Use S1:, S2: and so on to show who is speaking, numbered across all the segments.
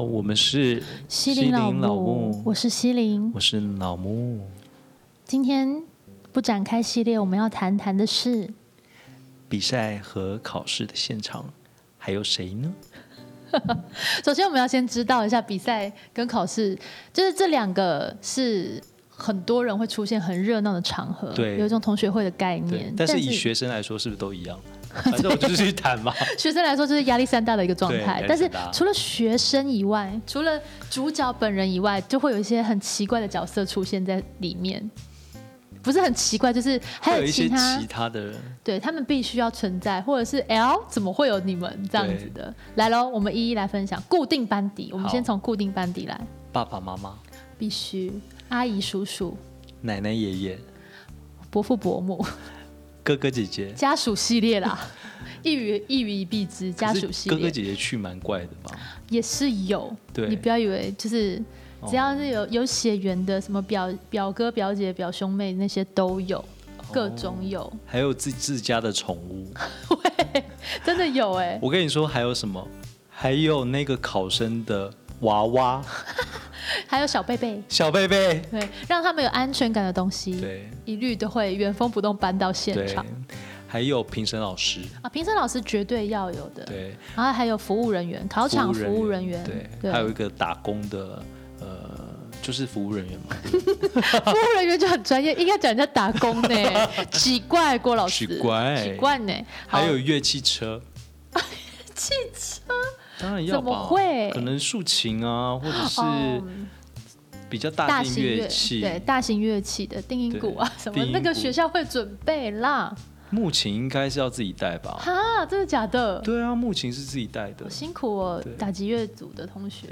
S1: 我们是
S2: 西林老
S1: 老木，
S2: 我是西林
S1: 我，是老木。
S2: 今天不展开系列，我们要谈谈的是
S1: 比赛和考试的现场还有谁呢？
S2: 首先，我们要先知道一下比赛跟考试，就是这两个是很多人会出现很热闹的场合，
S1: 对
S2: 有一种同学会的概念
S1: 对，。但是以学生来说是不是都一样？ 反正我就是去谈嘛。
S2: 学生来说，就是压力山大的一个状
S1: 对压力
S2: 态
S1: 山。
S2: 但是
S1: 大
S2: 除了学生以外，除了主角本人以外，就会有一些很奇怪的角色出现在里面。不是很奇怪，就是还
S1: 会有一
S2: 其
S1: 些
S2: 他
S1: 其他的人，
S2: 对他们必须要存在，或者是 L 怎么会有你们这样子的？来喽，我们一一来分享固定班底。我们
S1: 好
S2: 先从固定班底来，
S1: 爸爸妈妈、
S2: 必须阿姨、叔叔、
S1: 奶奶、爷爷、
S2: 伯父、伯母，
S1: 哥哥姐姐。
S2: 家属系列 啦，一语一语一蔽之，家属系
S1: 可是哥哥
S2: 列
S1: 姐姐去蛮怪的吧？
S2: 也是有。
S1: 对
S2: 你不要以为就是
S1: 哦
S2: 只要是有有血缘的，什么表表哥、表姐、表兄妹那些都有，各
S1: 哦
S2: 种有，
S1: 还有自自家的宠物。
S2: 真的有哎、
S1: 我跟你说，还有什么？还有那个考生的娃娃
S2: 还有小贝贝，
S1: 小贝贝。
S2: 对，让他们有安全感的东西。
S1: 对
S2: 一律都会原封不动搬到现
S1: 对
S2: 场，
S1: 还有评审老师。
S2: 啊！评审老师绝对要有的，
S1: 对，
S2: 然后还有服务人员，考场服务人员，
S1: 对，还有一个打工的，呃，就是服务人员嘛，对不
S2: 服务人员就很专业，应该讲人家打工呢， 奇怪，郭老师，
S1: 奇怪
S2: 奇怪呢，好
S1: 还有乐器车，
S2: 汽车，
S1: 当然要吧，
S2: 怎么会
S1: 可能竖琴啊，或者是
S2: 哦
S1: 比较
S2: 大
S1: 大
S2: 型
S1: 型
S2: 乐
S1: 乐器，
S2: 对，大型乐器的定音鼓啊
S1: 对
S2: 什么
S1: 定，音
S2: 那个
S1: 鼓
S2: 学校会准备啦，
S1: 木琴应该是要自己带吧？
S2: 哈，真的假的？
S1: 对啊，木琴是自己带的
S2: 好辛苦哦
S1: 对，
S2: 打击乐组的同学，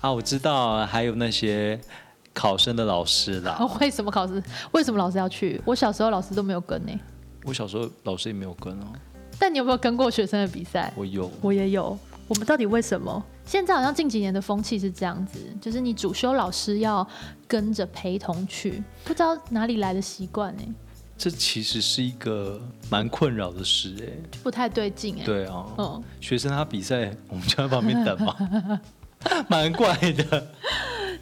S1: 啊，我知道，还有那些考生的老师啦，
S2: 啊 为什么考试？为什么老师要去？我小时候老师都没有跟呢，
S1: 我小时候老师也没有跟哦，
S2: 但你有没有跟过学生的比赛？
S1: 我有，
S2: 我也有。我们到底为什么？现在好像近几年的风气是这样子，就是你主修老师要跟着陪同去，不知道哪里来的习惯哎，
S1: 这其实是一个蛮困扰的事哎、
S2: 就不太对劲哎。，
S1: 对啊，
S2: 嗯，
S1: 学生他比赛，我们就在旁边等嘛， 蛮怪的。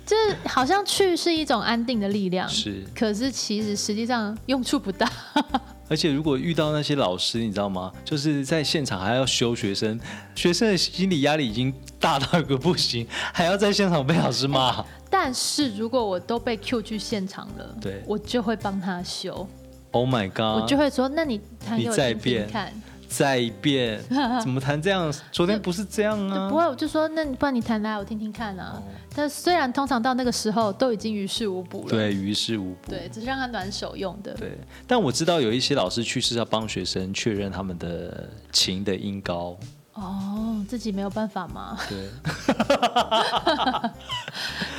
S2: 就是好像去是一种安定的力量，
S1: 是，
S2: 可是其实实际上用处不大。
S1: 而且如果遇到那些老师，你知道吗？就是在现场还要修学生，学生的心理压力已经大到一个不行，还要在现场被老师
S2: 哎
S1: 骂。
S2: 但是如果我都被 Q 去现场了，
S1: 对
S2: 我就会帮他修，
S1: Oh my
S2: 我就
S1: god！
S2: 会说，那你弹给我
S1: 你再
S2: 听听
S1: 变
S2: 看。
S1: 再一 遍，怎么谈这样？昨天不是这样
S2: 就
S1: 啊
S2: 不？会，我就说那你不然你弹来我听听看啊。
S1: 哦
S2: 但虽然通常到那个时候都已经于事无补了，
S1: 对，于事无补。
S2: 对，只是让他暖手用的。
S1: 对，但我知道有一些老师去是要帮学生确认他们的琴的音高。
S2: 哦，自己没有办法吗？
S1: 对，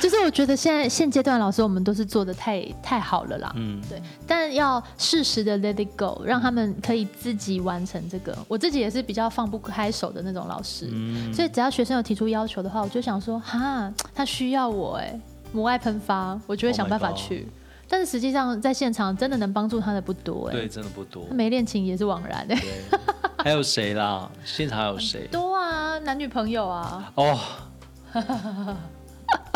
S2: 就是我觉得现在现阶段老师我们都是做的太太好了啦。
S1: 嗯，
S2: 对，但要适时的 let it go，让他们可以自己完成这个。我自己也是比较放不开手的那种老师，
S1: 嗯
S2: 所以只要学生有提出要求的话，我就想说，哈，他需要我哎，母爱喷发，我就会
S1: Oh
S2: 想
S1: my
S2: 办法
S1: God
S2: 去。但是实际上在现场真的能帮助他的不多哎，
S1: 对，真的不多
S2: 他。没练琴也是枉然哎。
S1: 对，还有谁啦？现场还有谁？
S2: 多啊，男女朋友啊，
S1: 哦，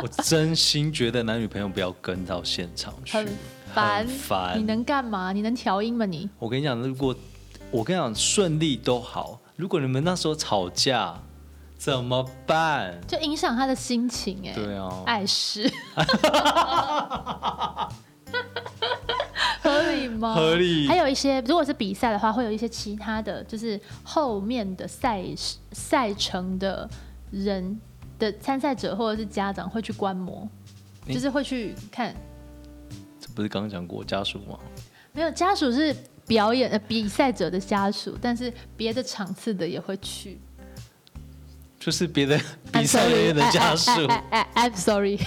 S1: 我真心觉得男女朋友不要跟到现场去，
S2: 很烦
S1: 很烦
S2: 你能干嘛？你能调音吗你？
S1: 我跟你讲，如果我跟你讲顺利都好，如果你们那时候吵架怎么办？
S2: 就影响他的心情哎、
S1: 对啊，
S2: 碍事，合理吗？
S1: 合理
S2: 还有一些，如果是比赛的话，会有一些其他的，就是后面的赛事赛程的人的参赛者或者是家长会去观摩，
S1: 诶
S2: 就是会去看。
S1: 这不是刚刚讲过家属吗？
S2: 没有家属是表演呃比赛者的家属，但是别的场次的也会去。
S1: 就是别的
S2: I'm
S1: 比赛人员的
S2: sorry，
S1: 家属，
S2: 哎哎哎哎，I'm sorry，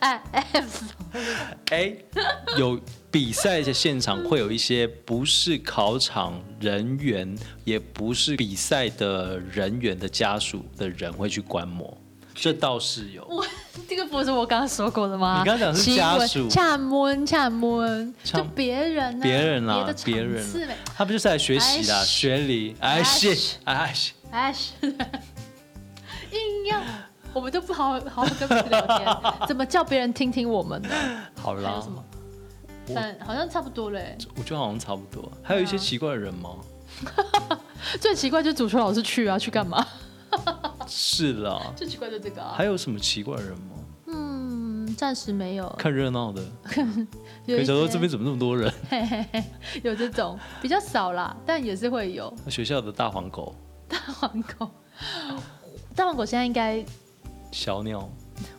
S2: 哎，I'm sorry
S1: 哎，有比赛的现场会有一些不是考场人员，也不是比赛的人员的家属的人会去观摩，这倒是有。
S2: 我这个不是我刚刚说过的吗？
S1: 你刚刚讲是家属
S2: 新闻恰摸恰摸，
S1: 恰
S2: 就别人啊，
S1: 别人啊
S2: 别的
S1: 别人
S2: 场次没
S1: 他们就是来学习啦，
S2: 哎
S1: 学理。哎
S2: 哎
S1: 谢，哎谢，
S2: 哎，是的，硬要我们就不好好好跟别人聊天，怎么叫别人听听我们呢？
S1: 好
S2: 还有
S1: 啦
S2: 什，么？
S1: 我
S2: 但好像差不多嘞。
S1: 我觉得好像差不多。还有一些
S2: 对啊
S1: 奇怪的人吗？
S2: 最奇怪就是主持人老师去啊，去干嘛？
S1: 是啦，
S2: 最奇怪就这个啊
S1: 还。有什么奇怪的人吗？
S2: 嗯，暂时没有。
S1: 看热闹的，
S2: 有一
S1: 想说
S2: 些
S1: 这边怎么那么多人？
S2: 有这种比较少啦，但也是会有
S1: 学校的大黄狗、
S2: 大黄狗。大黄狗现在应该
S1: 小鸟，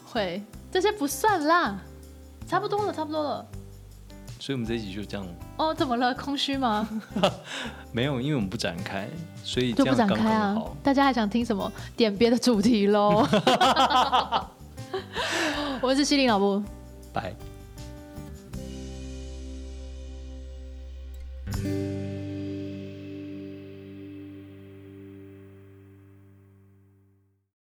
S2: 会，这些不算啦，差不多了，差不多了。
S1: 所以我们这一集就这样，
S2: 哦，怎么了？空虚吗？
S1: 没有，因为我们不展开，所以这
S2: 就不
S1: 样
S2: 展
S1: 刚
S2: 开
S1: 刚
S2: 啊
S1: 好。。
S2: 大家还想听什么？点别 的主题喽。我是西林老布，
S1: 拜。